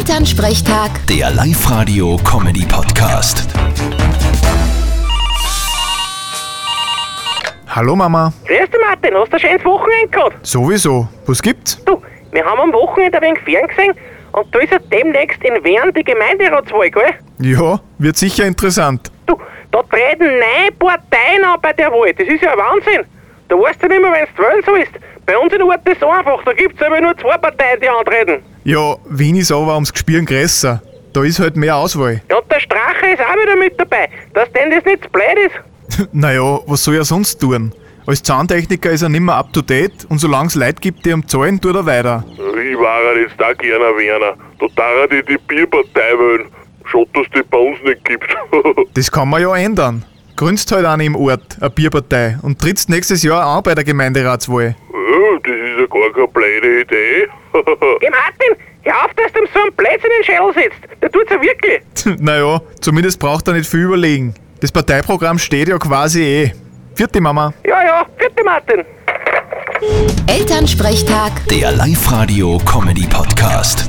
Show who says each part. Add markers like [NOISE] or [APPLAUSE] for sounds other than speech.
Speaker 1: Elternsprechtag,
Speaker 2: Der Live-Radio-Comedy-Podcast.
Speaker 3: Hallo Mama.
Speaker 4: Grüß dich Martin, hast du ein schönes Wochenende gehabt?
Speaker 3: Sowieso. Was gibt's?
Speaker 4: Du, wir haben am Wochenende ein wenig fern gesehen und da ist ja demnächst in Wern die Gemeinderatswahl, gell?
Speaker 3: Ja, wird sicher interessant.
Speaker 4: Du, da treten neun Parteien an bei der Wahl, das ist ja ein Wahnsinn. Du weißt ja nicht mehr, wenn du wählen sollst. Bei uns in Ort ist es einfach, da gibt's aber nur zwei Parteien, die antreten.
Speaker 3: Ja, Wien ist aber ums Gespüren größer. Da ist halt mehr Auswahl. [LAUGHS]
Speaker 4: Ja, und der Strache ist auch wieder mit dabei, dass denn das nicht zu blöd ist.
Speaker 3: naja, was soll er sonst tun? Als Zahntechniker ist er nimmer up to date und solange es Leute gibt, die ihm zahlen, tut er weiter.
Speaker 5: Ich war halt jetzt auch gerne ein Werner. Da darf ich die Bierpartei wählen. Schade, dass die bei uns nicht gibt. [LAUGHS] Äh,
Speaker 3: Das kann man ja ändern. Gründst halt eine im Ort, eine Bierpartei, und trittst nächstes Jahr an bei der Gemeinderatswahl. [LAUGHS]
Speaker 5: Ja, das ist ja gar keine blöde Idee. [LAUGHS]
Speaker 4: Geh Martin, hör auf, dass du ihm so einen Blödsinn in den Schädel setzt. Der tut's ja wirklich.
Speaker 3: naja, zumindest braucht er nicht viel überlegen. Das Parteiprogramm steht ja quasi eh. Vierte Mama.
Speaker 4: Ja, ja, vierte Martin.
Speaker 1: Elternsprechtag.
Speaker 2: Der Live-Radio-Comedy-Podcast.